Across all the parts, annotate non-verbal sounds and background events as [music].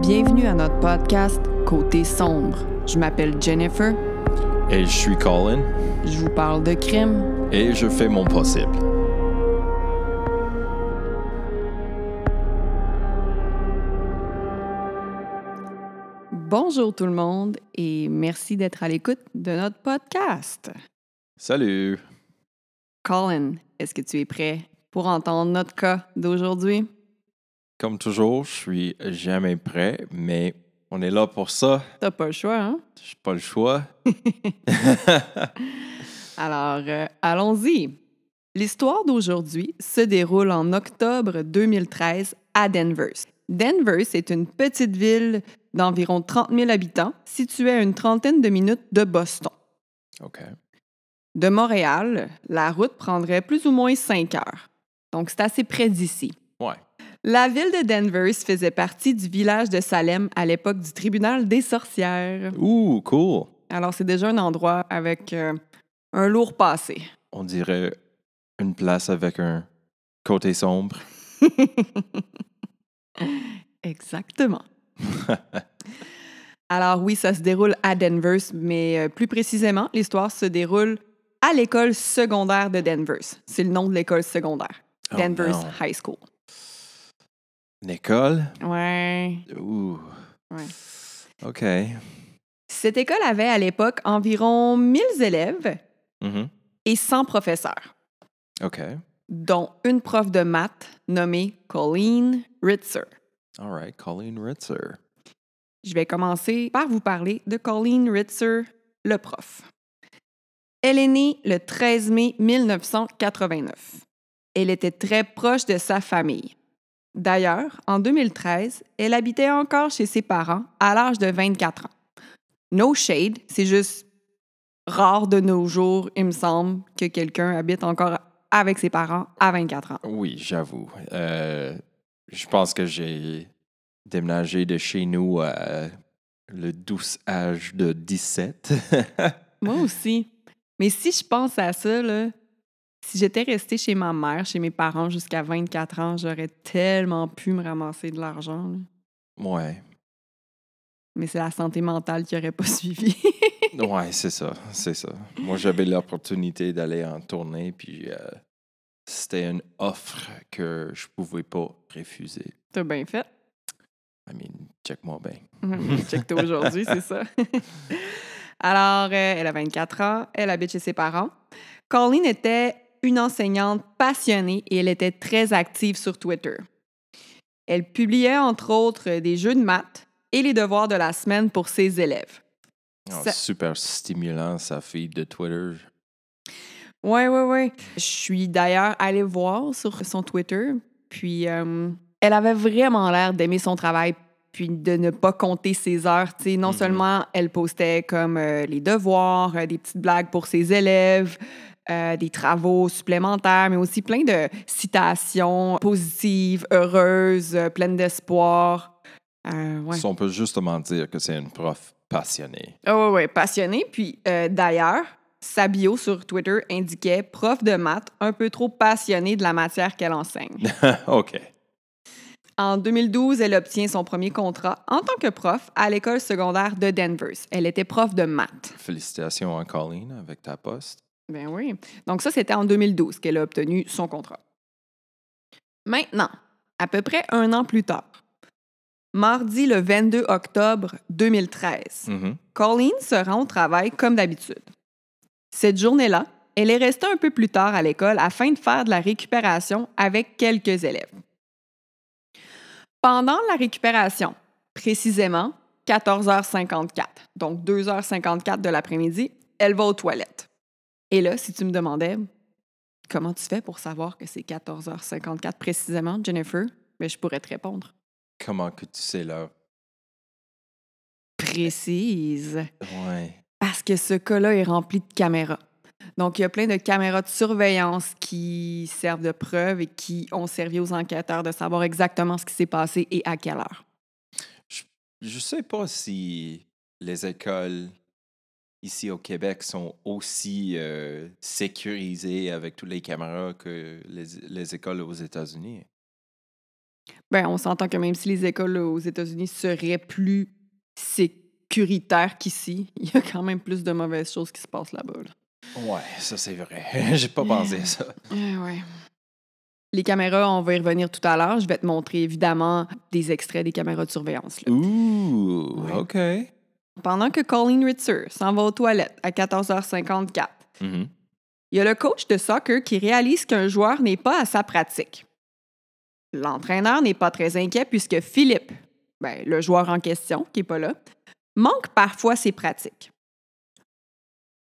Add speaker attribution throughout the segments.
Speaker 1: Bienvenue à notre podcast Côté sombre. Je m'appelle Jennifer,
Speaker 2: Et je suis Colin
Speaker 1: je vous parle de crime.
Speaker 2: et je fais mon possible.
Speaker 1: Bonjour tout le monde et merci d'être à l'écoute de notre podcast.
Speaker 2: Salut!
Speaker 1: Colin, est-ce que tu es prêt pour entendre notre cas d'aujourd'hui?
Speaker 2: Comme toujours, je suis jamais prêt, mais on est là pour ça.
Speaker 1: T'as pas le choix, hein?
Speaker 2: J'ai pas le choix.
Speaker 1: Alors, euh, allons-y. L'histoire d'aujourd'hui se déroule en octobre 2013 à Denver. Denver, c'est une petite ville d'environ 30 000 habitants située à une trentaine de minutes de Boston.
Speaker 2: OK.
Speaker 1: De Montréal, la route prendrait plus ou moins 5 heures. Donc, c'est assez près d'ici.
Speaker 2: Ouais.
Speaker 1: La ville de Denver faisait partie du village de Salem à l'époque du tribunal des sorcières.
Speaker 2: Ouh, cool!
Speaker 1: Alors, c'est déjà un endroit avec euh, un lourd passé.
Speaker 2: On dirait une place avec un côté sombre.
Speaker 1: Exactement.
Speaker 2: [laughs]
Speaker 1: Alors oui, ça se déroule à Denver, mais euh, plus précisément, l'histoire se déroule à l'école secondaire de Denver. C'est le nom de l'école secondaire,
Speaker 2: Oh
Speaker 1: Denver
Speaker 2: non.
Speaker 1: High School.
Speaker 2: Une école?
Speaker 1: Ouais.
Speaker 2: Ouh.
Speaker 1: Ouais.
Speaker 2: OK.
Speaker 1: Cette école avait à l'époque environ 1000 élèves
Speaker 2: Mhm.
Speaker 1: et 100 professeurs,
Speaker 2: OK.
Speaker 1: dont une prof de maths nommée Colleen Ritzer.
Speaker 2: All right, Colleen Ritzer.
Speaker 1: Je vais commencer par vous parler de Colleen Ritzer, le prof. Elle est née le 13 mai 1989. Elle était très proche de sa famille. D'ailleurs, en 2013, elle habitait encore chez ses parents à l'âge de 24 ans. No shade, c'est juste rare de nos jours, il me semble, que quelqu'un habite encore avec ses parents à 24 ans.
Speaker 2: Oui, j'avoue. Euh, je pense que j'ai déménagé de chez nous à le douce âge de 17.
Speaker 1: Moi aussi. Mais si je pense à ça, là, si j'étais restée chez ma mère, chez mes parents jusqu'à 24 ans, j'aurais tellement pu me ramasser de l'argent. là.
Speaker 2: [laughs] ouais,
Speaker 1: Mais c'est la santé mentale qui aurait pas [laughs] suivi.
Speaker 2: ouais, c'est ça, c'est ça. Moi, j'avais l'opportunité d'aller en tournée, puis euh, c'était une offre que je pouvais pas refuser.
Speaker 1: T'as bien fait.
Speaker 2: I mean, check-moi bien.
Speaker 1: Check toi aujourd'hui, c'est ça. Alors, euh, elle a 24 ans, elle habite chez ses parents. Colleen était une enseignante passionnée et elle était très active sur Twitter. Elle publiait entre autres euh, des jeux de maths et les devoirs de la semaine pour ses élèves.
Speaker 2: Oh,
Speaker 1: Ça-
Speaker 2: Super stimulant, sa fille de Twitter.
Speaker 1: Ouais, ouais, ouais. Je suis d'ailleurs allée voir sur son Twitter, puis euh, elle avait vraiment l'air d'aimer son travail, puis de ne pas compter ses heures. Tu sais, non
Speaker 2: Mhm.
Speaker 1: seulement elle postait comme euh, les devoirs, euh, des petites blagues pour ses élèves, euh, des travaux supplémentaires, mais aussi plein de citations positives, heureuses, euh, pleines d'espoir. Euh, ouais.
Speaker 2: Si on peut justement dire que c'est une prof passionnée. [laughs]
Speaker 1: Ah ouais, ouais, passionné. Puis euh, d'ailleurs, sa bio sur Twitter indiquait prof de maths un peu trop passionnée de la matière qu'elle enseigne.
Speaker 2: [laughs] OK.
Speaker 1: En 2012, elle obtient son premier contrat en tant que prof à l'école secondaire de Denver. Elle était prof de maths.
Speaker 2: Félicitations à Colleen avec ta poste.
Speaker 1: Ben oui. Donc ça, c'était en 2012 qu'elle a obtenu son contrat. Maintenant, à peu près un an plus tard, mardi le 22 octobre 2013,
Speaker 2: Mhm.
Speaker 1: Colleen se rend au travail comme d'habitude. Cette journée-là, elle est restée un peu plus tard à l'école afin de faire de la récupération avec quelques élèves. Pendant la récupération, précisément 14h54, donc 2h54 de l'après-midi, elle va aux toilettes. Et là, si tu me demandais comment tu fais pour savoir que c'est 14h54 précisément, Jennifer, ben, je pourrais te répondre.
Speaker 2: Comment que tu sais là?
Speaker 1: Précise.
Speaker 2: Ouais.
Speaker 1: Parce que ce cas-là est rempli de caméras. Donc, il y a plein de caméras de surveillance qui servent de preuve et qui ont servi aux enquêteurs de savoir exactement ce qui s'est passé et à quelle heure.
Speaker 2: Je sais pas si les écoles ici au Québec sont aussi euh, sécurisées avec toutes les caméras que les, les écoles aux États-Unis.
Speaker 1: Ben, on s'entend que même si les écoles là, aux États-Unis seraient plus sécuritaires qu'ici, [laughs] il y a quand même plus de mauvaises choses qui se passent là-bas. là.
Speaker 2: Ouais, ça c'est vrai. [laughs] J'ai pas pensé à ça.
Speaker 1: Eh ouais. Les caméras, on va y revenir tout à l'heure. Je vais te montrer évidemment des extraits des caméras de surveillance. là.
Speaker 2: Ouh,
Speaker 1: Ouais.
Speaker 2: OK.
Speaker 1: Pendant que Colleen Ritzer s'en va aux toilettes à 14h54,
Speaker 2: Mhm.
Speaker 1: il y a le coach de soccer qui réalise qu'un joueur n'est pas à sa pratique. L'entraîneur n'est pas très inquiet puisque Philippe, ben, le joueur en question qui n'est pas là, manque parfois ses pratiques.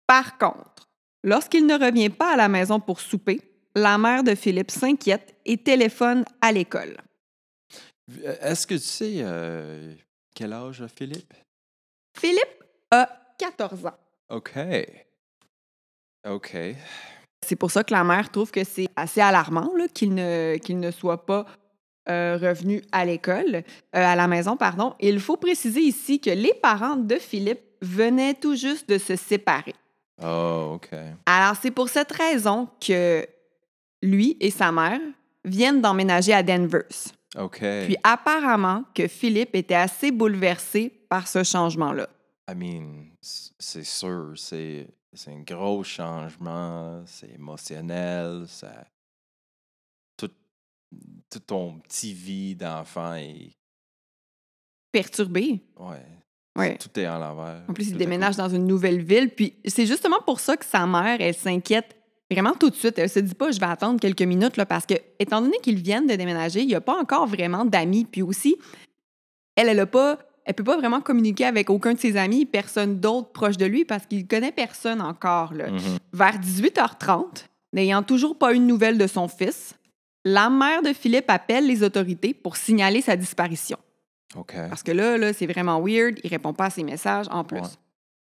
Speaker 1: Par contre, lorsqu'il ne revient pas à la maison pour souper, la mère de Philippe s'inquiète et téléphone à l'école.
Speaker 2: Est-ce que tu sais euh, quel âge a Philippe?
Speaker 1: Philippe a 14 ans.
Speaker 2: OK. OK.
Speaker 1: C'est pour ça que la mère trouve que c'est assez alarmant là, qu'il ne, qu'il ne soit pas euh, revenu à l'école, euh, à la maison, pardon. Et Il faut préciser ici que les parents de Philippe venaient tout juste de se séparer.
Speaker 2: Oh, OK.
Speaker 1: Alors, c'est pour cette raison que lui et sa mère viennent d'emménager à Denver.
Speaker 2: OK.
Speaker 1: Puis apparemment que Philippe était assez bouleversé par ce changement-là.
Speaker 2: I mean, c- c'est sûr, c'est c'est un gros changement, c'est émotionnel, ça. Tout, tout ton petit vie d'enfant est.
Speaker 1: Perturbé.
Speaker 2: Ouais.
Speaker 1: Ouais.
Speaker 2: Tout est en l'envers.
Speaker 1: En plus, il
Speaker 2: tout à coup.
Speaker 1: déménage dans une nouvelle ville. Puis c'est justement pour ça que sa mère, elle s'inquiète vraiment tout de suite. Elle se dit pas, je vais attendre quelques minutes, là, parce que, étant donné qu'ils viennent de déménager, il n'y a pas encore vraiment d'amis. Puis aussi, elle, elle a pas. Elle peut pas vraiment communiquer avec aucun de ses amis, personne d'autre proche de lui, parce qu'il connaît personne encore. Là. [laughs]
Speaker 2: Mhm.
Speaker 1: Vers 18h30, n'ayant toujours pas eu de nouvelles de son fils, la mère de Philippe appelle les autorités pour signaler sa disparition.
Speaker 2: OK.
Speaker 1: Parce que là, là, c'est vraiment weird. Il répond pas à ses messages en plus.
Speaker 2: Ouais.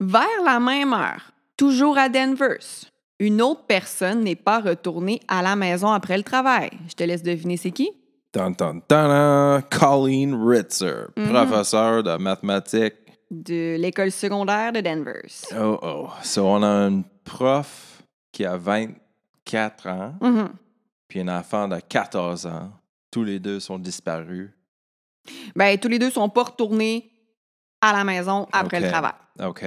Speaker 1: Vers la même heure, toujours à Denver, une autre personne n'est pas retournée à la maison après le travail. Je te laisse deviner c'est qui?
Speaker 2: Tan, tan, tan, tan, Colleen Ritzer,
Speaker 1: Mhm.
Speaker 2: professeur de mathématiques.
Speaker 1: De l'école secondaire de Denver.
Speaker 2: Oh, oh. So, on a une prof qui a 24 ans,
Speaker 1: Mhm.
Speaker 2: puis un enfant de 14 ans. Tous les deux sont disparus.
Speaker 1: Ben, tous les deux sont pas retournés à la maison après le
Speaker 2: Ok.
Speaker 1: travail.
Speaker 2: OK.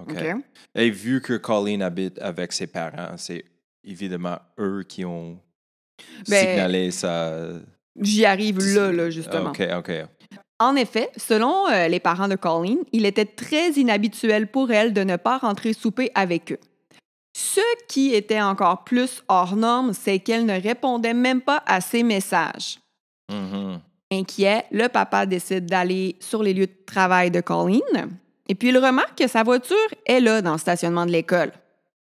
Speaker 1: OK?
Speaker 2: OK. Et vu que Colleen habite avec ses parents, c'est évidemment eux qui ont
Speaker 1: Ben,
Speaker 2: signalé sa.
Speaker 1: J'y arrive là, là, justement.
Speaker 2: Ah, OK, OK.
Speaker 1: En effet, selon euh, les parents de Colleen, il était très inhabituel pour elle de ne pas rentrer souper avec eux. Ce qui était encore plus hors norme, c'est qu'elle ne répondait même pas à ses messages.
Speaker 2: Mhm.
Speaker 1: Inquiet, le papa décide d'aller sur les lieux de travail de Colleen et puis il remarque que sa voiture est là dans le stationnement de l'école.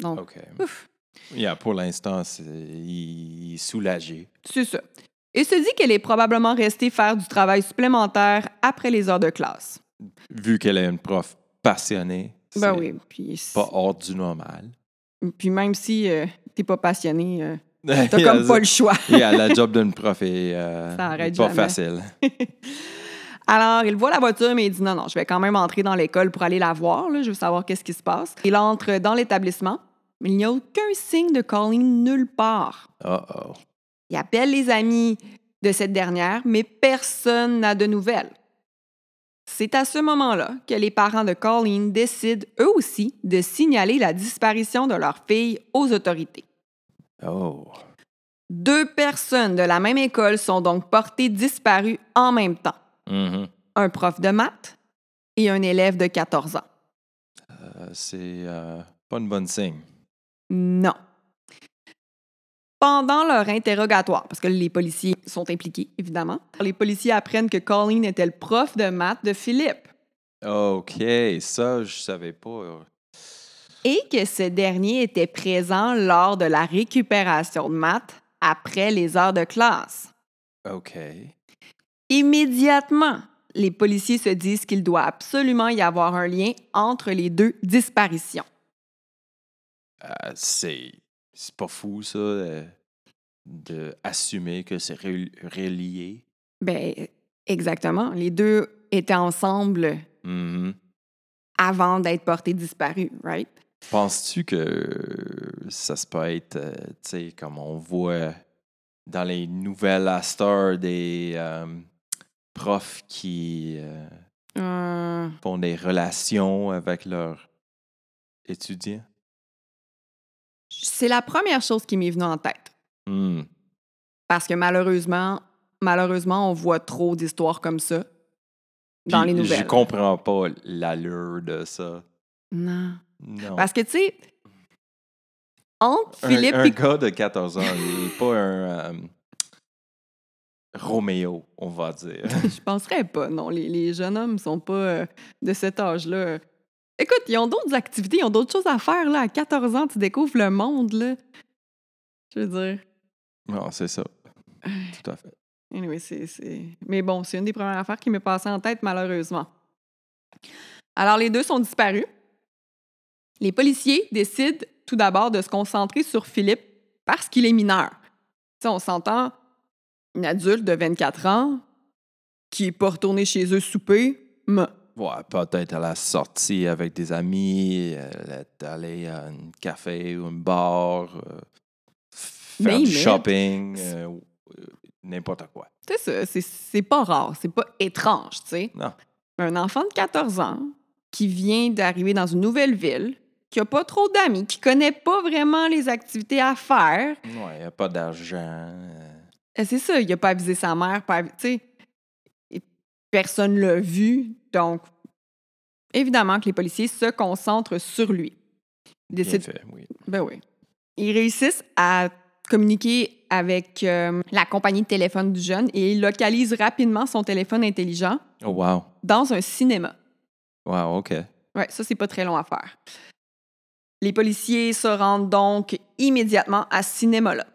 Speaker 1: Donc,
Speaker 2: OK.
Speaker 1: ouf,
Speaker 2: Yeah, pour l'instant, c'est- il il est soulagé.
Speaker 1: c'est ça. Il se dit qu'elle est probablement restée faire du travail supplémentaire après les heures de classe.
Speaker 2: Vu qu'elle est une prof passionnée, c'est
Speaker 1: Ben oui, puis
Speaker 2: pas hors du normal.
Speaker 1: Puis même si euh, t'es pas passionné, euh, [laughs]
Speaker 2: T'as
Speaker 1: t'as comme pas le choix. [laughs]
Speaker 2: [laughs] yeah, la job d'une prof est euh,
Speaker 1: Ça arrête
Speaker 2: pas
Speaker 1: jamais.
Speaker 2: facile.
Speaker 1: Alors, il voit la voiture, mais il dit non, non, je vais quand même entrer dans l'école pour aller la voir. là, je veux savoir qu'est-ce qui se passe. Il entre dans l'établissement, mais il n'y a aucun signe de Colleen nulle part.
Speaker 2: Uh-oh.
Speaker 1: Il appelle les amis de cette dernière, mais personne n'a de nouvelles. C'est à ce moment-là que les parents de Colleen décident eux aussi de signaler la disparition de leur fille aux autorités.
Speaker 2: Oh.
Speaker 1: Deux personnes de la même école sont donc portées disparues en même temps.
Speaker 2: Mhm.
Speaker 1: Un prof de maths et un élève de 14 ans.
Speaker 2: Euh, c'est euh, pas une bonne signe.
Speaker 1: Non. Pendant leur interrogatoire, parce que les policiers sont impliqués, évidemment, les policiers apprennent que Colleen était le prof de maths de Philippe
Speaker 2: OK, ça, je savais pas.
Speaker 1: et que ce dernier était présent lors de la récupération de maths après les heures de classe.
Speaker 2: OK.
Speaker 1: Immédiatement, les policiers se disent qu'il doit absolument y avoir un lien entre les deux disparitions.
Speaker 2: Euh, c'est c'est pas fou, ça, de, de assumer que c'est rel- relié.
Speaker 1: Ben, exactement. Les deux étaient ensemble Mmh
Speaker 2: Mhm.
Speaker 1: avant d'être portés disparus, right?
Speaker 2: Penses-tu que ça se peut être, euh, tu sais, comme on voit dans les nouvelles à Star des, euh, profs qui euh,
Speaker 1: Euh,
Speaker 2: font des relations avec leurs étudiants?
Speaker 1: c'est la première chose qui m'est venue en tête. Mmh.
Speaker 2: Hmm.
Speaker 1: Parce que malheureusement, malheureusement, on voit trop d'histoires comme ça dans
Speaker 2: Puis
Speaker 1: les
Speaker 2: Je
Speaker 1: nouvelles.
Speaker 2: comprends pas l'allure de ça.
Speaker 1: Non.
Speaker 2: Non.
Speaker 1: Parce que, tu sais, entre
Speaker 2: Un-
Speaker 1: Philippe
Speaker 2: un,
Speaker 1: et...
Speaker 2: gars de 14 ans, il est pas un euh, Roméo, on va dire.
Speaker 1: Je penserais pas, non. Les, les jeunes hommes sont pas euh, de cet âge-là. Écoute, ils ont d'autres activités, ils ont d'autres choses à faire, là. À 14 ans, tu découvres le monde, là. Je veux dire...
Speaker 2: [laughs] non, c'est ça. Tout à fait.
Speaker 1: Anyway, c'est. c'est- Mais bon, c'est une des premières affaires qui m'est passée en tête, malheureusement. Alors, les deux sont disparus. Les policiers décident tout d'abord de se concentrer sur Philippe parce qu'il est mineur. Tu sais, on s'entend, une adulte de 24 ans qui est pas retournée chez eux souper, mais
Speaker 2: Ouais, peut-être à la sortie avec des amis, euh, aller à un café ou un bar, euh, faire
Speaker 1: Mais
Speaker 2: du
Speaker 1: ils mettent-
Speaker 2: shopping, euh, ou- euh, n'importe quoi.
Speaker 1: tu sais, ça, c'est- c'est pas rare, c'est pas étrange, tu sais.
Speaker 2: Non.
Speaker 1: Un enfant de 14 ans qui vient d'arriver dans une nouvelle ville, qui a pas trop d'amis, qui connaît pas vraiment les activités à faire,
Speaker 2: Ouais, il a pas d'argent. euh,
Speaker 1: Euh, C'est ça, il a pas avisé sa mère, pas avi- tu sais, et personne l'a vu, donc évidemment que les policiers se concentrent sur lui. Ils
Speaker 2: bien
Speaker 1: décident-
Speaker 2: fait, oui.
Speaker 1: ben oui. Ils réussissent à communiquer avec euh, la compagnie de téléphone du jeune et ils localisent rapidement son téléphone intelligent
Speaker 2: Oh, wow.
Speaker 1: dans un cinéma.
Speaker 2: Wow, OK.
Speaker 1: Ouais, ça, c'est pas très long à faire. Les policiers se rendent donc immédiatement à ce cinéma-là.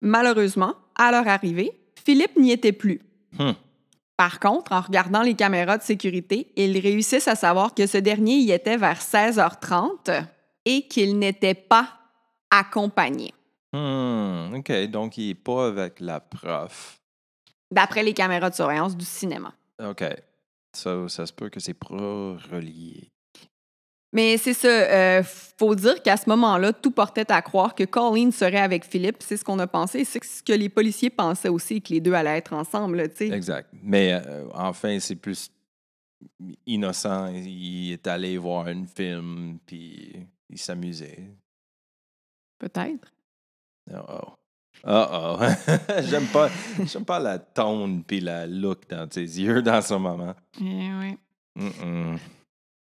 Speaker 1: Malheureusement, à leur arrivée, Philippe n'y était plus.
Speaker 2: Hmm.
Speaker 1: Par contre, en regardant les caméras de sécurité, ils réussissent à savoir que ce dernier y était vers 16h30 et qu'il n'était pas accompagné.
Speaker 2: Hmm, OK, donc il est pas avec la prof.
Speaker 1: D'après les caméras de surveillance du cinéma.
Speaker 2: OK. Ça, ça se peut que c'est pas relié.
Speaker 1: Mais c'est ça, euh, faut dire qu'à ce moment-là, tout portait à croire que Colleen serait avec Philippe, c'est ce qu'on a pensé, c'est ce que les policiers pensaient aussi, que les deux allaient être ensemble, là, tu sais.
Speaker 2: Exact. Mais euh, enfin, c'est plus innocent. Il est allé voir un film, puis il s'amusait.
Speaker 1: Peut-être.
Speaker 2: Oh oh. Oh oh. [laughs] j'aime pas, j'aime pas la tone puis la look dans tes yeux dans ce moment. Mm-mm.
Speaker 1: Euh,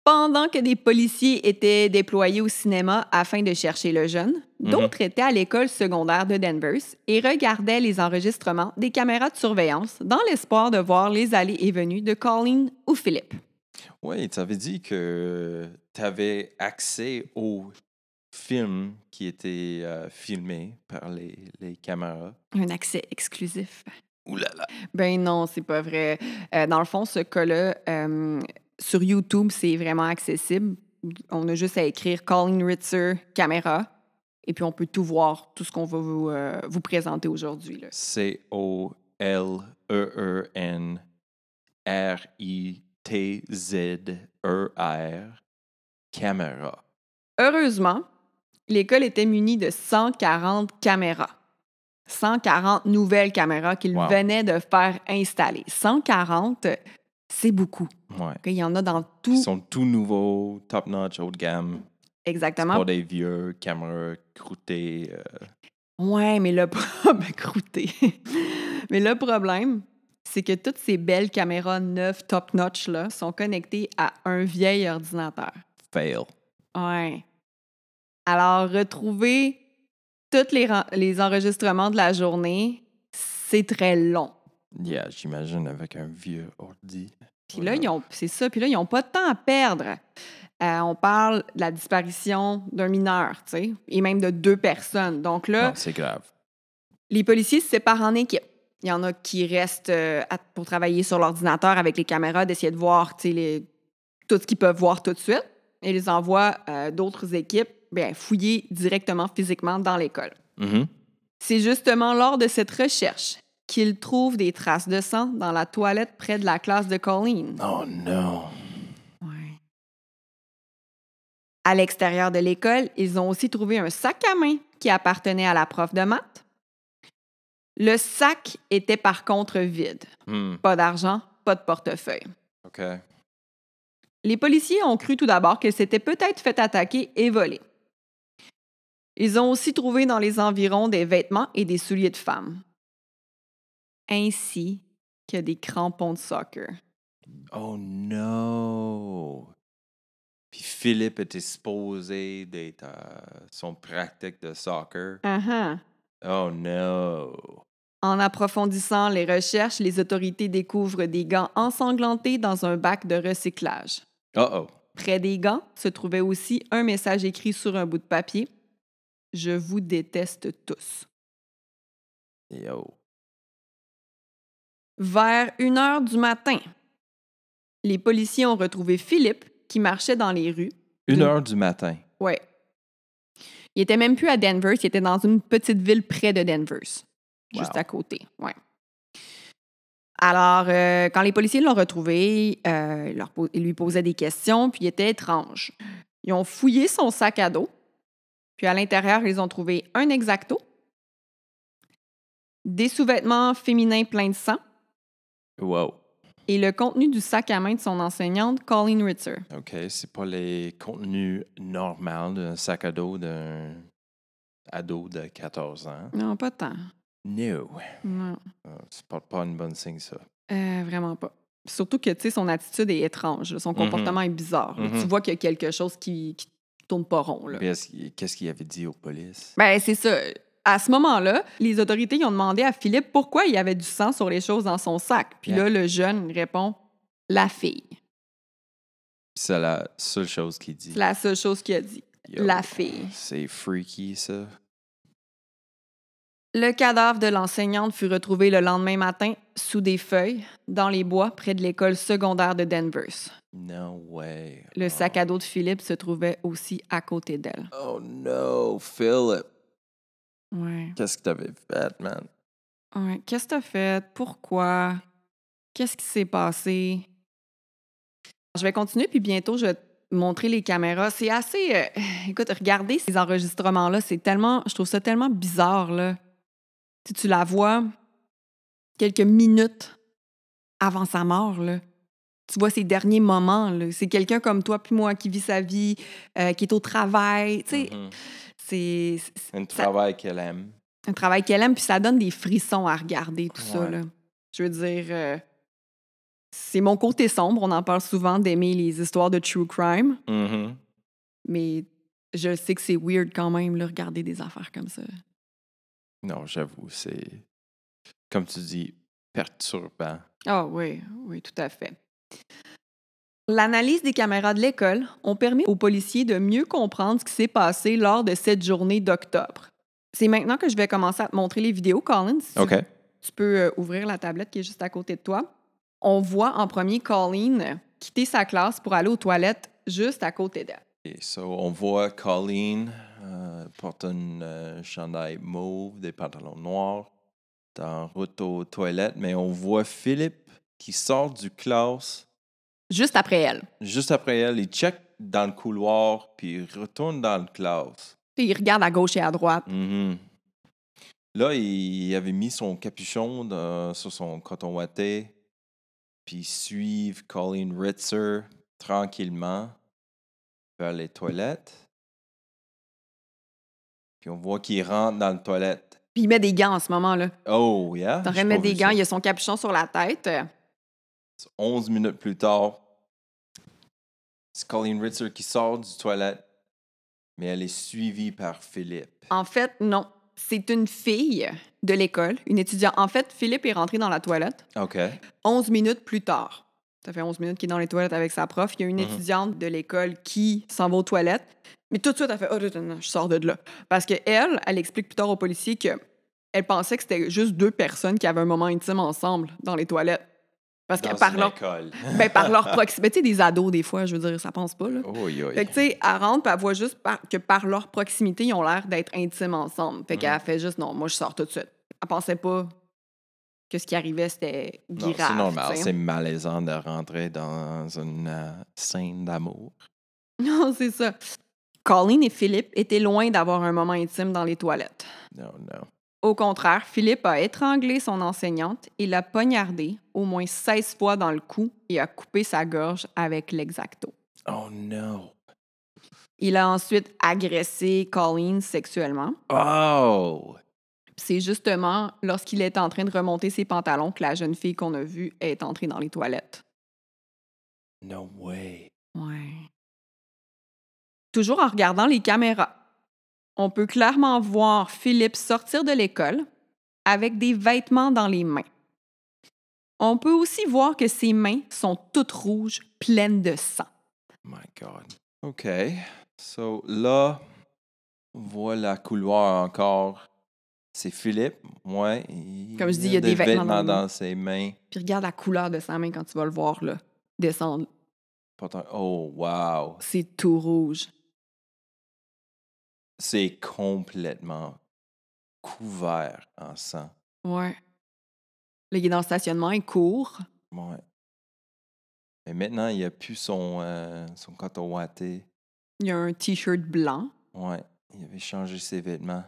Speaker 1: Pendant que des policiers étaient déployés au cinéma afin de chercher le jeune,
Speaker 2: Mhm.
Speaker 1: d'autres étaient à l'école secondaire de Denver et regardaient les enregistrements des caméras de surveillance dans l'espoir de voir les allées et venues de Colleen ou Philippe.
Speaker 2: Oui, tu avais dit que tu avais accès aux films qui étaient euh, filmés par les, les caméras.
Speaker 1: Un accès exclusif.
Speaker 2: Ouh là là.
Speaker 1: Ben non, c'est pas vrai. Euh, dans le fond, ce cas-là, euh, sur YouTube, c'est vraiment accessible. On a juste à écrire Colin Ritzer, caméra, et puis on peut tout voir, tout ce qu'on va vous, euh, vous présenter aujourd'hui. là.
Speaker 2: E C-O-L-E-E-N-R-I-T-Z-E-R. E Caméra.
Speaker 1: Heureusement, l'école était munie de 140 caméras. 140 nouvelles caméras qu'ils
Speaker 2: Wow.
Speaker 1: venaient de faire installer. 140, c'est beaucoup.
Speaker 2: Ouais.
Speaker 1: Il y en a dans
Speaker 2: Ils
Speaker 1: tout.
Speaker 2: sont tout nouveaux, top-notch, haut de gamme. C'est
Speaker 1: Exactement.
Speaker 2: Pas des vieux caméras croûtées. euh,
Speaker 1: Ouais, mais le problème, [laughs] croûté. mais le problème, c'est que toutes ces belles caméras neuves top notch là sont connectées à un vieil ordinateur.
Speaker 2: fail.
Speaker 1: Ouais. Alors retrouver tous les, ren- les enregistrements de la journée, c'est très long.
Speaker 2: Yeah, j'imagine avec un vieux ordi.
Speaker 1: Puis là, ils ont, c'est ça. Puis là, ils n'ont pas de temps à perdre. Euh, on parle de la disparition d'un mineur, tu sais, et même de deux personnes. Donc là,
Speaker 2: Non, c'est grave.
Speaker 1: Les policiers se séparent en équipe. Il y en a qui restent euh, à- pour travailler sur l'ordinateur avec les caméras, d'essayer de voir tu sais, les- tout ce qu'ils peuvent voir tout de suite. Et ils envoient euh, d'autres équipes bien, fouiller directement physiquement dans l'école.
Speaker 2: Mhm.
Speaker 1: C'est justement lors de cette recherche qu'ils trouvent des traces de sang dans la toilette près de la classe de Colleen.
Speaker 2: Oh non.
Speaker 1: Ouais. À l'extérieur de l'école, ils ont aussi trouvé un sac à main qui appartenait à la prof de maths. Le sac était par contre vide.
Speaker 2: Hmm,
Speaker 1: Pas d'argent, pas de portefeuille.
Speaker 2: OK.
Speaker 1: Les policiers ont cru tout d'abord qu'elle s'était peut-être fait attaquer et voler. Ils ont aussi trouvé dans les environs des vêtements et des souliers de femme, ainsi que des crampons de soccer.
Speaker 2: Oh no! Puis Philippe était supposé d'être à son pratique de soccer.
Speaker 1: Ah-ah.
Speaker 2: Oh no!
Speaker 1: En approfondissant les recherches, les autorités découvrent des gants ensanglantés dans un bac de recyclage.
Speaker 2: Uh oh!
Speaker 1: Près des gants se trouvait aussi un message écrit sur un bout de papier. Je vous déteste tous.
Speaker 2: Yo!
Speaker 1: Vers une heure du matin, les policiers ont retrouvé Philippe qui marchait dans les rues.
Speaker 2: Une
Speaker 1: Deux.
Speaker 2: heure du matin.
Speaker 1: Ouais. Il était même plus à Denver, il était dans une petite ville près de Denver,
Speaker 2: Wow.
Speaker 1: juste à côté. Ouais. Alors, euh, quand les policiers l'ont retrouvé, euh, ils leur po- ils lui posaient des questions, puis il était étrange. Ils ont fouillé son sac à dos, puis à l'intérieur, ils ont trouvé un exacto, des sous-vêtements féminins pleins de sang,
Speaker 2: Wow!
Speaker 1: et le contenu du sac à main de son enseignante, Colleen Ritzer.
Speaker 2: OK, c'est pas les contenus normaux d'un sac à dos d'un ado de 14 ans.
Speaker 1: Non, pas tant.
Speaker 2: No!
Speaker 1: Non,
Speaker 2: Euh, C'est pas, pas une bonne signe, ça.
Speaker 1: euh, vraiment pas. Surtout que, tu sais, son attitude est étrange. là. Son
Speaker 2: Mhm.
Speaker 1: comportement est bizarre. là.
Speaker 2: Mhm.
Speaker 1: Tu vois qu'il y a quelque chose qui, qui tourne pas rond. là.
Speaker 2: Puis est-ce qu'il- Qu'est-ce qu'il avait dit aux polices?
Speaker 1: Ben, c'est ça. À ce moment-là, les autorités ils ont demandé à Philippe pourquoi il y avait du sang sur les choses dans son sac. Puis
Speaker 2: Yeah.
Speaker 1: là, le jeune répond La fille.
Speaker 2: C'est la seule chose qu'il dit.
Speaker 1: C'est la seule chose qu'il a dit.
Speaker 2: Yo,
Speaker 1: La fille.
Speaker 2: C'est freaky, ça.
Speaker 1: Le cadavre de l'enseignante fut retrouvé le lendemain matin sous des feuilles dans les bois près de l'école secondaire de Denver.
Speaker 2: No way.
Speaker 1: Le sac à dos de Philippe se trouvait aussi à côté d'elle.
Speaker 2: Oh no, Philip.
Speaker 1: Ouais.
Speaker 2: Qu'est-ce que t'avais fait, man?
Speaker 1: ouais. Qu'est-ce que t'as fait? Pourquoi? Qu'est-ce qui s'est passé? Je vais continuer, puis bientôt, je vais te montrer les caméras. C'est assez... euh, Écoute, regardez ces enregistrements-là. C'est tellement... Je trouve ça tellement bizarre, là. Tu, sais, tu la vois quelques minutes avant sa mort, là. Tu vois ses derniers moments, là. C'est quelqu'un comme toi puis moi qui vit sa vie, euh, qui est au travail. Tu sais,
Speaker 2: Mhm.
Speaker 1: c'est- c'est...
Speaker 2: Un
Speaker 1: ça-
Speaker 2: travail qu'elle aime.
Speaker 1: un travail qu'elle aime, puis ça donne des frissons à regarder tout ça.
Speaker 2: Ouais.
Speaker 1: Là. Je veux dire, euh, c'est mon côté sombre. On en parle souvent d'aimer les histoires de true crime,
Speaker 2: Mhm.
Speaker 1: mais je sais que c'est weird quand même, là, regarder des affaires comme ça.
Speaker 2: Non, j'avoue, c'est. Comme tu dis, perturbant.
Speaker 1: Ah oui, oui, tout à fait. L'analyse des caméras de l'école ont permis aux policiers de mieux comprendre ce qui s'est passé lors de cette journée d'octobre. C'est maintenant que je vais commencer à te montrer les vidéos, Colin, si tu
Speaker 2: OK.
Speaker 1: tu peux euh, ouvrir la tablette qui est juste à côté de toi. On voit en premier Colleen quitter sa classe pour aller aux toilettes juste à côté d'elle.
Speaker 2: Et so, on voit Colleen euh, porte un euh, chandail mauve, des pantalons noirs, est en route aux toilettes, mais on voit Philippe qui sort du classe
Speaker 1: Juste après elle.
Speaker 2: juste après elle, il check dans le couloir, puis il retourne dans le classe.
Speaker 1: Puis il regarde à gauche et à droite.
Speaker 2: Mhm. Là, il avait mis son capuchon dans- sur son coton ouaté, puis suivre Colleen Ritzer tranquillement vers les toilettes. Puis on voit qu'il rentre dans le toilette.
Speaker 1: Puis il met des gants en ce moment-là.
Speaker 2: Oh, yeah.
Speaker 1: T'aurais
Speaker 2: j'ai
Speaker 1: mettre
Speaker 2: pas
Speaker 1: des
Speaker 2: vu
Speaker 1: gants,
Speaker 2: ça.
Speaker 1: il a son capuchon sur la tête.
Speaker 2: 11 minutes plus tard, c'est Colleen Ritzer qui sort du toilette, mais elle est suivie par Philippe.
Speaker 1: En fait, non. C'est une fille de l'école, une étudiante. En fait, Philippe est rentré dans la toilette
Speaker 2: OK.
Speaker 1: 11 minutes plus tard. Ça fait 11 minutes qu'il est dans les toilettes avec sa prof. Il y a une
Speaker 2: Mhm.
Speaker 1: étudiante de l'école qui s'en va aux toilettes. Mais tout de suite, elle fait Oh, non, non, je sors de là. Parce que elle, elle explique plus tard aux policiers que elle pensait que c'était juste deux personnes qui avaient un moment intime ensemble dans les toilettes. Parce que
Speaker 2: Dans
Speaker 1: par
Speaker 2: une
Speaker 1: leur, [laughs]
Speaker 2: école.
Speaker 1: ben, par
Speaker 2: [laughs]
Speaker 1: leur proximité, tu sais, des ados, des fois, je veux dire, ça pense pas. Là.
Speaker 2: Oh, oui, oui.
Speaker 1: Fait que, tu sais, elle rentre, puis elle voit juste par- que par leur proximité, ils ont l'air d'être intimes ensemble. Fait
Speaker 2: Mhm.
Speaker 1: qu'elle fait juste Non, moi, je sors tout de suite. Elle pensait pas que ce qui arrivait, c'était
Speaker 2: Non,
Speaker 1: grave.
Speaker 2: c'est normal,
Speaker 1: tu sais.
Speaker 2: c'est malaisant de rentrer dans une euh, scène d'amour.
Speaker 1: [laughs] Non, c'est ça. Colleen et Philippe étaient loin d'avoir un moment intime dans les toilettes.
Speaker 2: Non, non.
Speaker 1: Au contraire, Philippe a étranglé son enseignante et l'a poignardée au moins 16 fois dans le cou et a coupé sa gorge avec l'exacto.
Speaker 2: Oh no.
Speaker 1: Il a ensuite agressé Colleen sexuellement.
Speaker 2: Oh.
Speaker 1: C'est justement lorsqu'il est en train de remonter ses pantalons que la jeune fille qu'on a vue est entrée dans les toilettes.
Speaker 2: No way.
Speaker 1: Ouais. Toujours en regardant les caméras, on peut clairement voir Philippe sortir de l'école avec des vêtements dans les mains. On peut aussi voir que ses mains sont toutes rouges, pleines de sang.
Speaker 2: My God. OK. So là, on voit la couloir encore. C'est Philippe. Ouais.
Speaker 1: Comme je dis, il y a des vêtements dans le-
Speaker 2: dans ses mains.
Speaker 1: Puis regarde la couleur de sa main quand tu vas le voir là, descendre.
Speaker 2: Pourtant- Oh, wow.
Speaker 1: C'est tout rouge.
Speaker 2: C'est complètement couvert en sang.
Speaker 1: Ouais. Là, il est dans le stationnement, il court.
Speaker 2: Ouais. Mais maintenant, il a plus son, euh, son coton ouaté.
Speaker 1: Il a un t-shirt blanc.
Speaker 2: Ouais. Il avait changé ses vêtements.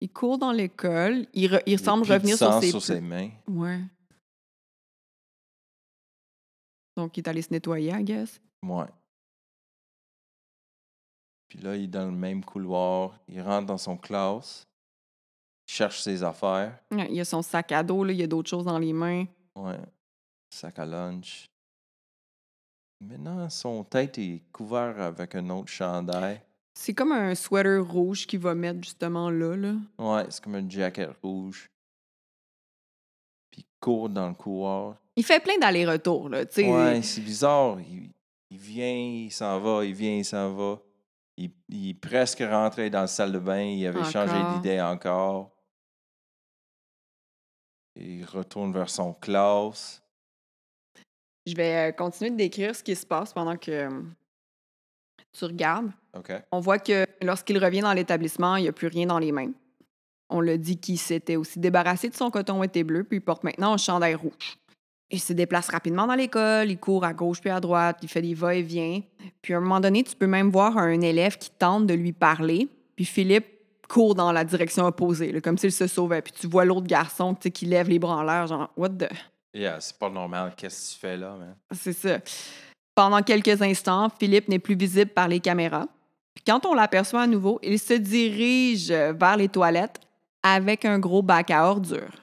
Speaker 1: Il court dans l'école. Il, re- il
Speaker 2: a
Speaker 1: semble
Speaker 2: plus de
Speaker 1: revenir
Speaker 2: sang
Speaker 1: sur ses,
Speaker 2: sur ses mains.
Speaker 1: Ouais. Donc, il est allé se nettoyer, I guess.
Speaker 2: Ouais. Puis là, il est dans le même couloir. Il rentre dans son classe. Il cherche ses affaires.
Speaker 1: Ouais, Il a son sac à dos, là, il y a d'autres choses dans les mains.
Speaker 2: Ouais. Sac à lunch. Maintenant, son tête est couverte avec un autre chandail.
Speaker 1: C'est comme un sweater rouge qu'il va mettre justement là. là.
Speaker 2: Ouais, c'est comme une jacket rouge. Puis il court dans le couloir.
Speaker 1: Il fait plein d'allers-retours. là, tu sais. euh,
Speaker 2: Ouais, c'est bizarre. Il, il vient, il s'en va, il vient, il s'en va. Il, il est presque rentré dans la salle de bain. Il avait changé
Speaker 1: Encore.
Speaker 2: d'idée encore. Et il retourne vers son classe.
Speaker 1: Je vais euh, continuer de décrire ce qui se passe pendant que euh, tu regardes.
Speaker 2: OK.
Speaker 1: On voit que lorsqu'il revient dans l'établissement, il n'y a plus rien dans les mains. On l'a dit qu'il s'était aussi débarrassé de son coton ouaté bleu, puis il porte maintenant un chandail rouge. Il se déplace rapidement dans l'école, il court à gauche puis à droite, il fait des va-et-vient. Puis à un moment donné, tu peux même voir un élève qui tente de lui parler, puis Philippe court dans la direction opposée, là, comme s'il se sauvait. Puis tu vois l'autre garçon tu sais, qui lève les bras en l'air, genre « What the... »
Speaker 2: Yeah, c'est pas normal. Qu'est-ce que tu fais là, man?
Speaker 1: C'est ça. Pendant quelques instants, Philippe n'est plus visible par les caméras. Puis quand on l'aperçoit à nouveau, il se dirige vers les toilettes avec un gros bac à ordures.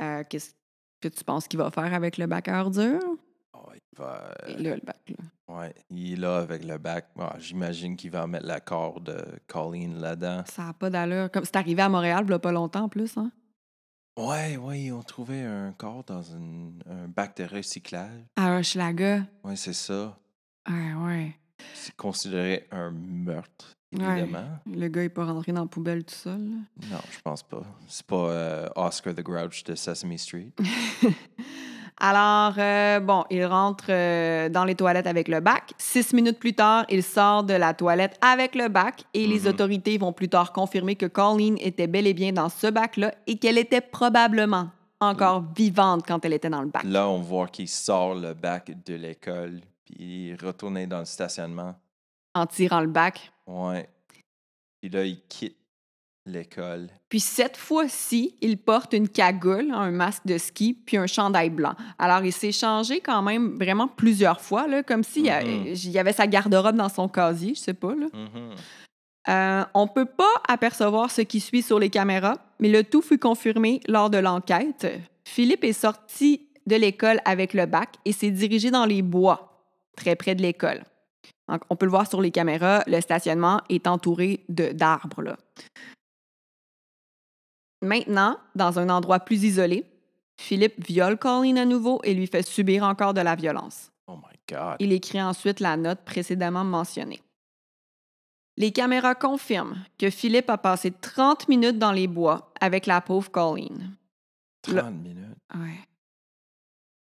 Speaker 1: Euh, Qu'est-ce que tu penses qu'il va faire avec le bac à ordures?
Speaker 2: Oh, il va.
Speaker 1: Et là, le bac, là.
Speaker 2: Ouais, il est là avec le bac. Ah, J'imagine qu'il va mettre la corde de Colleen là-dedans.
Speaker 1: Ça n'a pas d'allure. Comme c'est arrivé à Montréal, il pas longtemps en plus. Hein?
Speaker 2: Ouais, ouais, ils ont trouvé un corps dans une- un bac de recyclage.
Speaker 1: À Hochelaga.
Speaker 2: Ouais, c'est ça.
Speaker 1: Ouais, ouais.
Speaker 2: C'est considéré un meurtre, évidemment.
Speaker 1: Le gars, il n'est pas rentré dans la poubelle tout seul. là.
Speaker 2: Non, je pense pas. C'est pas euh, Oscar the Grouch de Sesame Street.
Speaker 1: Alors, euh, bon, il rentre euh, dans les toilettes avec le bac. Six minutes plus tard, il sort de la toilette avec le bac et les
Speaker 2: Mhm.
Speaker 1: autorités vont plus tard confirmer que Colleen était bel et bien dans ce bac-là et qu'elle était probablement encore
Speaker 2: Mhm.
Speaker 1: vivante quand elle était dans le bac.
Speaker 2: Là, on voit qu'il sort le bac de l'école, puis il est retourné dans le stationnement.
Speaker 1: En tirant le bac.
Speaker 2: Ouais. Puis là, il quitte l'école.
Speaker 1: Puis cette fois-ci, il porte une cagoule, un masque de ski, puis un chandail blanc. Alors, il s'est changé quand même vraiment plusieurs fois, là, comme s'il y a-
Speaker 2: Mhm.
Speaker 1: il y avait sa garde-robe dans son casier, je sais pas. Là.
Speaker 2: Mhm.
Speaker 1: Euh, on ne peut pas apercevoir ce qui suit sur les caméras, mais le tout fut confirmé lors de l'enquête. Philippe est sorti de l'école avec le bac et s'est dirigé dans les bois, très près de l'école. Donc, on peut le voir sur les caméras, le stationnement est entouré de- d'arbres. là. Maintenant, dans un endroit plus isolé, Philippe viole Colleen à nouveau et lui fait subir encore de la violence.
Speaker 2: Oh my God.
Speaker 1: Il écrit ensuite la note précédemment mentionnée. Les caméras confirment que Philippe a passé 30 minutes dans les bois avec la pauvre Colleen.
Speaker 2: 30
Speaker 1: le-
Speaker 2: minutes. En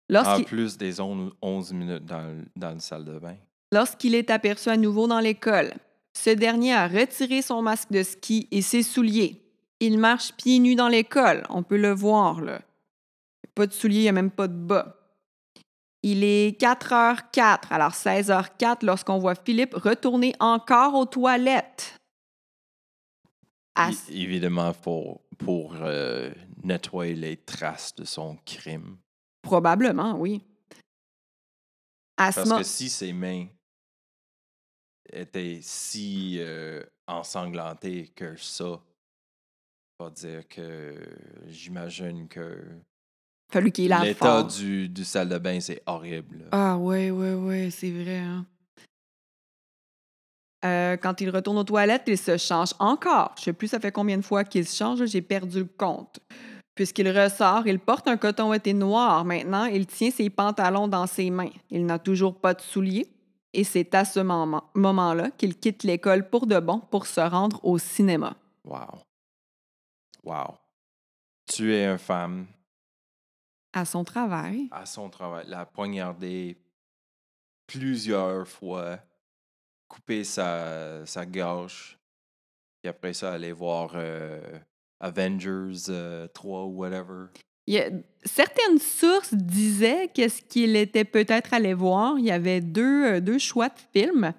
Speaker 1: Lorsqu'il
Speaker 2: plus des on- 11 minutes dans, le- dans la salle de bain.
Speaker 1: lorsqu'il est aperçu à nouveau dans l'école, ce dernier a retiré son masque de ski et ses souliers. Il marche pieds nus dans l'école, on peut le voir là. Pas de souliers, il n'y a même pas de bas. Il est 4h04, alors 16h04 lorsqu'on voit Philippe retourner encore aux toilettes. À Ah,
Speaker 2: Puis, Évidemment, pour, pour euh, nettoyer les traces de son crime.
Speaker 1: Probablement, oui. À ce
Speaker 2: Parce
Speaker 1: moment,
Speaker 2: que si ses mains étaient si euh, ensanglantées que ça, va dire que j'imagine que
Speaker 1: fallu qu'il lave
Speaker 2: l'état
Speaker 1: fort.
Speaker 2: du, du salle de bain, c'est horrible. là.
Speaker 1: Ah ouais, ouais, ouais, c'est vrai. hein. Euh, quand il retourne aux toilettes, il se change encore. Je sais plus ça fait combien de fois qu'il se change, j'ai perdu le compte. Puisqu'il ressort, il porte un coton été noir maintenant, il tient ses pantalons dans ses mains. Il n'a toujours pas de souliers et c'est à ce moment- moment-là qu'il quitte l'école pour de bon pour se rendre au cinéma.
Speaker 2: Wow. Wow. Tu es une femme
Speaker 1: À son travail,
Speaker 2: à son travail, la poignarder plusieurs fois, couper sa, sa gorge, et après ça, aller voir euh, Avengers euh, 3 ou whatever.
Speaker 1: Il y a- certaines sources disaient que ce qu'il était peut-être allé voir, il y avait deux, euh, deux choix de films.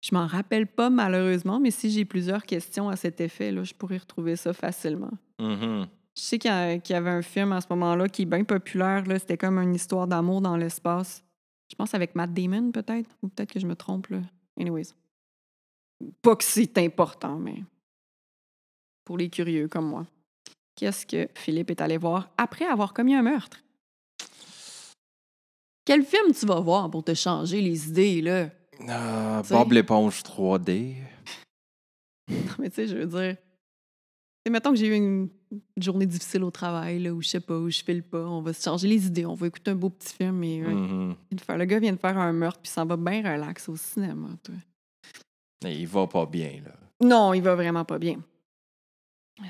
Speaker 1: Je m'en rappelle pas malheureusement, mais si j'ai plusieurs questions à cet effet, là, je pourrais retrouver ça facilement.
Speaker 2: Mhm.
Speaker 1: Je sais qu'il y, a- qu'il y avait un film à ce moment-là qui est bien populaire. là, C'était comme une histoire d'amour dans l'espace. Je pense avec Matt Damon, peut-être. Ou peut-être que je me trompe. Là. Anyways. Pas que c'est important, mais pour les curieux comme moi. Qu'est-ce que Philippe est allé voir après avoir commis un meurtre? Quel film tu vas voir pour te changer les idées, là?
Speaker 2: Ah,
Speaker 1: Tu sais-
Speaker 2: Bob l'éponge 3D.
Speaker 1: Non, [laughs] mais tu sais, je veux dire. Et mettons que j'ai eu une une journée difficile au travail, là, ou je sais pas, où je file pas, on va se changer les idées, on va écouter un beau petit film et. ouais,
Speaker 2: Mhm.
Speaker 1: vient de faire- Le gars vient de faire un meurtre, puis s'en va bien relax au cinéma, toi.
Speaker 2: Et il va pas bien, là.
Speaker 1: Non, il va vraiment pas bien.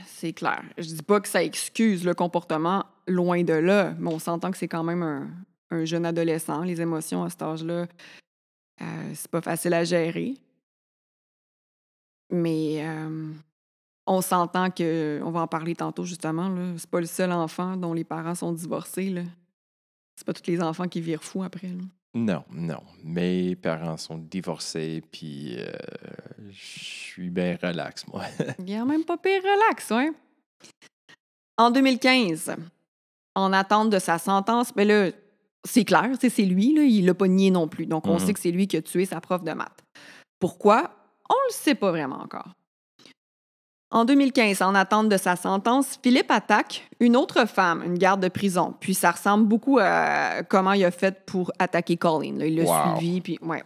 Speaker 1: C'est clair. Je dis pas que ça excuse le comportement, loin de là, mais on s'entend que c'est quand même un, un jeune adolescent. Les émotions à cet âge-là, euh, c'est pas facile à gérer. Mais euh, on s'entend que, on va en parler tantôt justement, là, c'est pas le seul enfant dont les parents sont divorcés. Là. C'est pas tous les enfants qui virent fous après. là.
Speaker 2: Non, non. Mes parents sont divorcés, puis euh, je suis bien relax, moi. [laughs]
Speaker 1: Il y a même pas pire relax, hein? En 2015, en attente de sa sentence, mais là, c'est clair, tu sais, c'est lui, là, il l'a pas nié non plus. Donc, on
Speaker 2: Mhm.
Speaker 1: sait que c'est lui qui a tué sa prof de maths. Pourquoi? On le sait pas vraiment encore. En 2015, en attente de sa sentence, Philippe attaque une autre femme, une garde de prison. Puis ça ressemble beaucoup à comment il a fait pour attaquer Colleen. là. Il l'a
Speaker 2: Wow.
Speaker 1: suivi, puis ouais.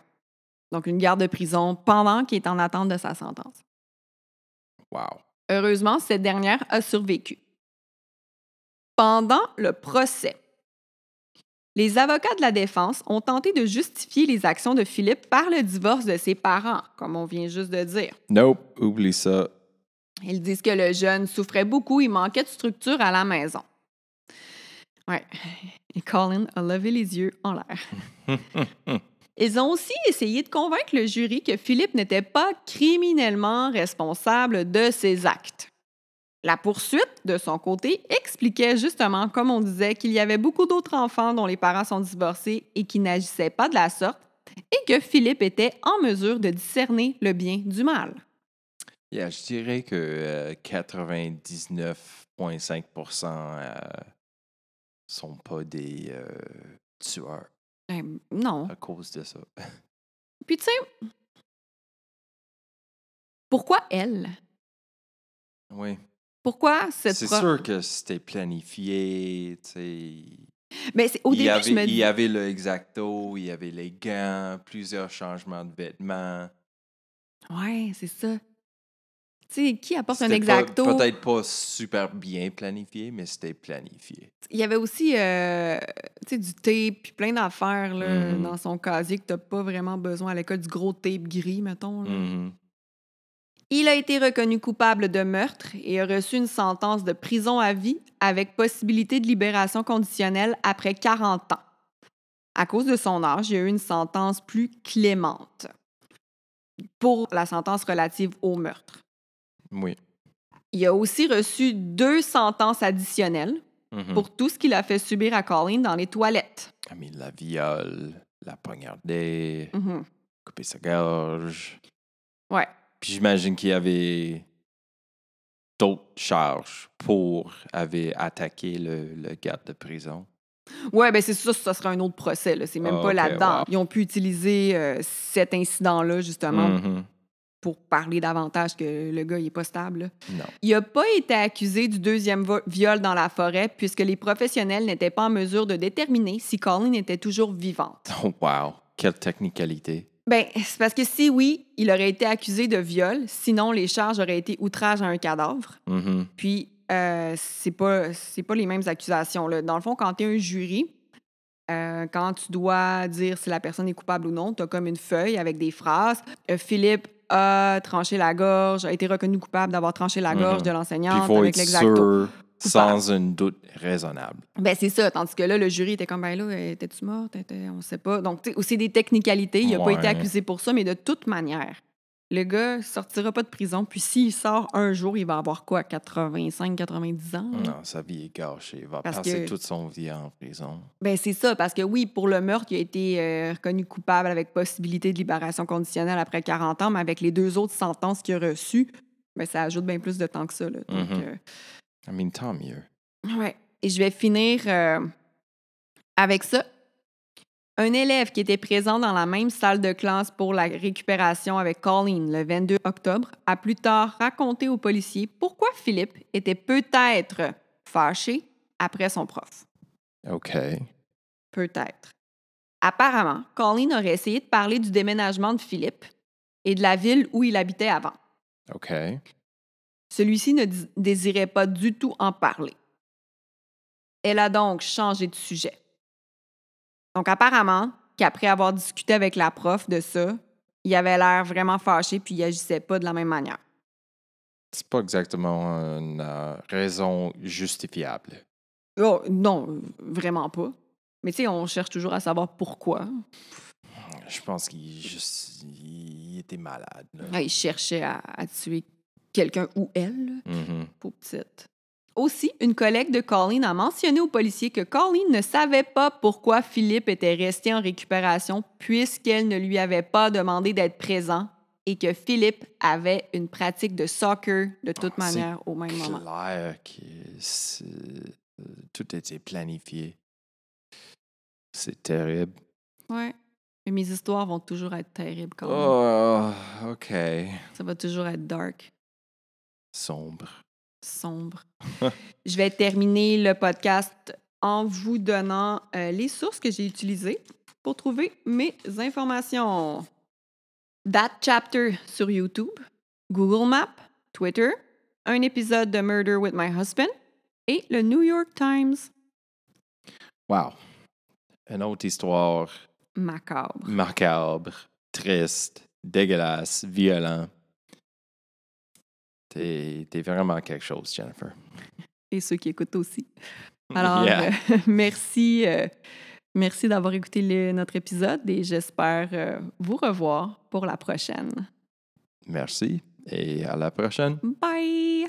Speaker 1: Donc une garde de prison pendant qu'il est en attente de sa sentence.
Speaker 2: wow.
Speaker 1: Heureusement, cette dernière a survécu. Pendant le procès, les avocats de la défense ont tenté de justifier les actions de Philippe par le divorce de ses parents, comme on vient juste de dire.
Speaker 2: Nope, oublie ça.
Speaker 1: Ils disent que le jeune souffrait beaucoup, il manquait de structure à la maison. Ouais. Et Colin a levé les yeux en l'air. Ils ont aussi essayé de convaincre le jury que Philippe n'était pas criminellement responsable de ses actes. La poursuite, de son côté, expliquait justement, comme on disait, qu'il y avait beaucoup d'autres enfants dont les parents sont divorcés et qui n'agissaient pas de la sorte, et que Philippe était en mesure de discerner le bien du mal.
Speaker 2: Yeah, je dirais que euh, 99,5% euh, sont pas des euh, tueurs
Speaker 1: Ben, non.
Speaker 2: à cause de ça. [laughs]
Speaker 1: Puis tu sais, pourquoi elle?
Speaker 2: Oui.
Speaker 1: Pourquoi cette
Speaker 2: C'est
Speaker 1: pro-
Speaker 2: sûr que c'était planifié, tu sais.
Speaker 1: Mais Ben, c'est- au
Speaker 2: il, y
Speaker 1: début,
Speaker 2: avait,
Speaker 1: je me
Speaker 2: il
Speaker 1: dis-
Speaker 2: y avait le exacto, il y avait les gants, plusieurs changements de vêtements.
Speaker 1: Ouais, c'est ça. Tu sais, qui apporte un
Speaker 2: C'était pas-
Speaker 1: exacto?
Speaker 2: Peut-être pas super bien planifié, mais c'était planifié.
Speaker 1: Il y avait aussi euh, tu sais, du tape puis plein d'affaires là,
Speaker 2: Mhm.
Speaker 1: dans son casier que t'as pas vraiment besoin à l'école, du gros tape gris, mettons. là.
Speaker 2: Mhm.
Speaker 1: Il a été reconnu coupable de meurtre et a reçu une sentence de prison à vie avec possibilité de libération conditionnelle après 40 ans. À cause de son âge, il y a eu une sentence plus clémente pour la sentence relative au meurtre.
Speaker 2: Oui.
Speaker 1: Il a aussi reçu deux sentences additionnelles
Speaker 2: Mhm.
Speaker 1: pour tout ce qu'il a fait subir à Colleen dans les toilettes.
Speaker 2: Ah, mais la viole, la poignardée,
Speaker 1: Mhm.
Speaker 2: couper sa gorge.
Speaker 1: Ouais.
Speaker 2: Puis j'imagine qu'il y avait d'autres charges pour avoir attaqué le, le garde de prison.
Speaker 1: Oui, bien, ben, c'est sûr, ça sera un autre procès. là. C'est même
Speaker 2: Ah,
Speaker 1: pas
Speaker 2: ok,
Speaker 1: là-dedans.
Speaker 2: wow.
Speaker 1: Ils ont pu utiliser euh, cet incident-là, justement,
Speaker 2: Mhm.
Speaker 1: pour parler davantage que le gars, il est pas stable. là.
Speaker 2: Non. [laughs]
Speaker 1: Il n'a pas été accusé du deuxième vo- viol dans la forêt puisque les professionnels n'étaient pas en mesure de déterminer si Colleen était toujours vivante.
Speaker 2: Oh, wow, quelle technicalité.
Speaker 1: Ben, c'est parce que si oui, il aurait été accusé de viol, sinon les charges auraient été outrage à un cadavre.
Speaker 2: Mhm.
Speaker 1: Puis euh, c'est pas c'est pas les mêmes accusations là. Dans le fond, quand tu es un jury, euh, quand tu dois dire si la personne est coupable ou non, tu as comme une feuille avec des phrases. Euh, Philippe a tranché la gorge, a été reconnu coupable d'avoir tranché la
Speaker 2: Mhm.
Speaker 1: gorge de
Speaker 2: Puis il
Speaker 1: l'enseignante
Speaker 2: faut
Speaker 1: avec
Speaker 2: être
Speaker 1: l'exacto.
Speaker 2: sûr, sans un doute raisonnable.
Speaker 1: Ben, c'est ça. Tandis que là, le jury était comme, ben là, étais-tu morte? Était- On sait pas. Donc, tu sais, aussi des technicalités. Il n'a
Speaker 2: Ouais.
Speaker 1: pas été accusé pour ça, mais de toute manière, le gars sortira pas de prison. Puis s'il sort un jour, il va avoir quoi? 85, 90 ans? là?
Speaker 2: Non, sa vie est gâchée. Il va
Speaker 1: Mm. Parce
Speaker 2: passer
Speaker 1: que-
Speaker 2: toute son vie en prison.
Speaker 1: Ben, c'est ça. Parce que oui, pour le meurtre, il a été euh, reconnu coupable avec possibilité de libération conditionnelle après 40 ans, mais avec les deux autres sentences qu'il a reçues, ben, ça ajoute bien plus de temps que ça. là. Donc,
Speaker 2: Mhm.
Speaker 1: euh,
Speaker 2: I mean, tant mieux.
Speaker 1: Ouais. Et je vais finir euh, avec ça. Un élève qui était présent dans la même salle de classe pour la récupération avec Colleen le 22 octobre a plus tard raconté aux policiers pourquoi Philippe était peut-être fâché après son prof.
Speaker 2: OK.
Speaker 1: Peut-être. Apparemment, Colleen aurait essayé de parler du déménagement de Philippe et de la ville où il habitait avant.
Speaker 2: OK.
Speaker 1: Celui-ci ne dis- désirait pas du tout en parler. Elle a donc changé de sujet. Donc apparemment, qu'après avoir discuté avec la prof de ça, il avait l'air vraiment fâché puis il agissait pas de la même manière.
Speaker 2: C'est pas exactement une euh, raison justifiable.
Speaker 1: Oh, non, euh, vraiment pas. Mais tu sais, on cherche toujours à savoir pourquoi.
Speaker 2: Je pense qu'il juste- il était malade. là.
Speaker 1: Ah, il cherchait à, à tuer quelqu'un ou elle, là,
Speaker 2: Mhm.
Speaker 1: pauvre petite. Aussi, une collègue de Colleen a mentionné aux policiers que Colleen ne savait pas pourquoi Philippe était resté en récupération puisqu'elle ne lui avait pas demandé d'être présent et que Philippe avait une pratique de soccer de toute
Speaker 2: Oh, c'est
Speaker 1: manière au même moment.
Speaker 2: Clair que c'est- euh, tout était planifié. C'est terrible.
Speaker 1: Ouais. Mais mes histoires vont toujours être terribles quand même.
Speaker 2: Oh, OK.
Speaker 1: Ça va toujours être dark.
Speaker 2: Sombre.
Speaker 1: sombre. je vais terminer le podcast en vous donnant euh, les sources que j'ai utilisées pour trouver mes informations. That Chapter sur YouTube, Google Maps, Twitter, un épisode de Murder with My Husband et le New York Times
Speaker 2: Wow. Une autre histoire
Speaker 1: macabre.
Speaker 2: macabre, triste, dégueulasse, violent. T'es t'es vraiment quelque chose, Jennifer.
Speaker 1: Et ceux qui écoutent aussi. Alors,
Speaker 2: Mm, Yeah.
Speaker 1: euh, [laughs] merci, euh, merci d'avoir écouté le- notre épisode et j'espère euh, vous revoir pour la prochaine.
Speaker 2: Merci et à la prochaine.
Speaker 1: Bye!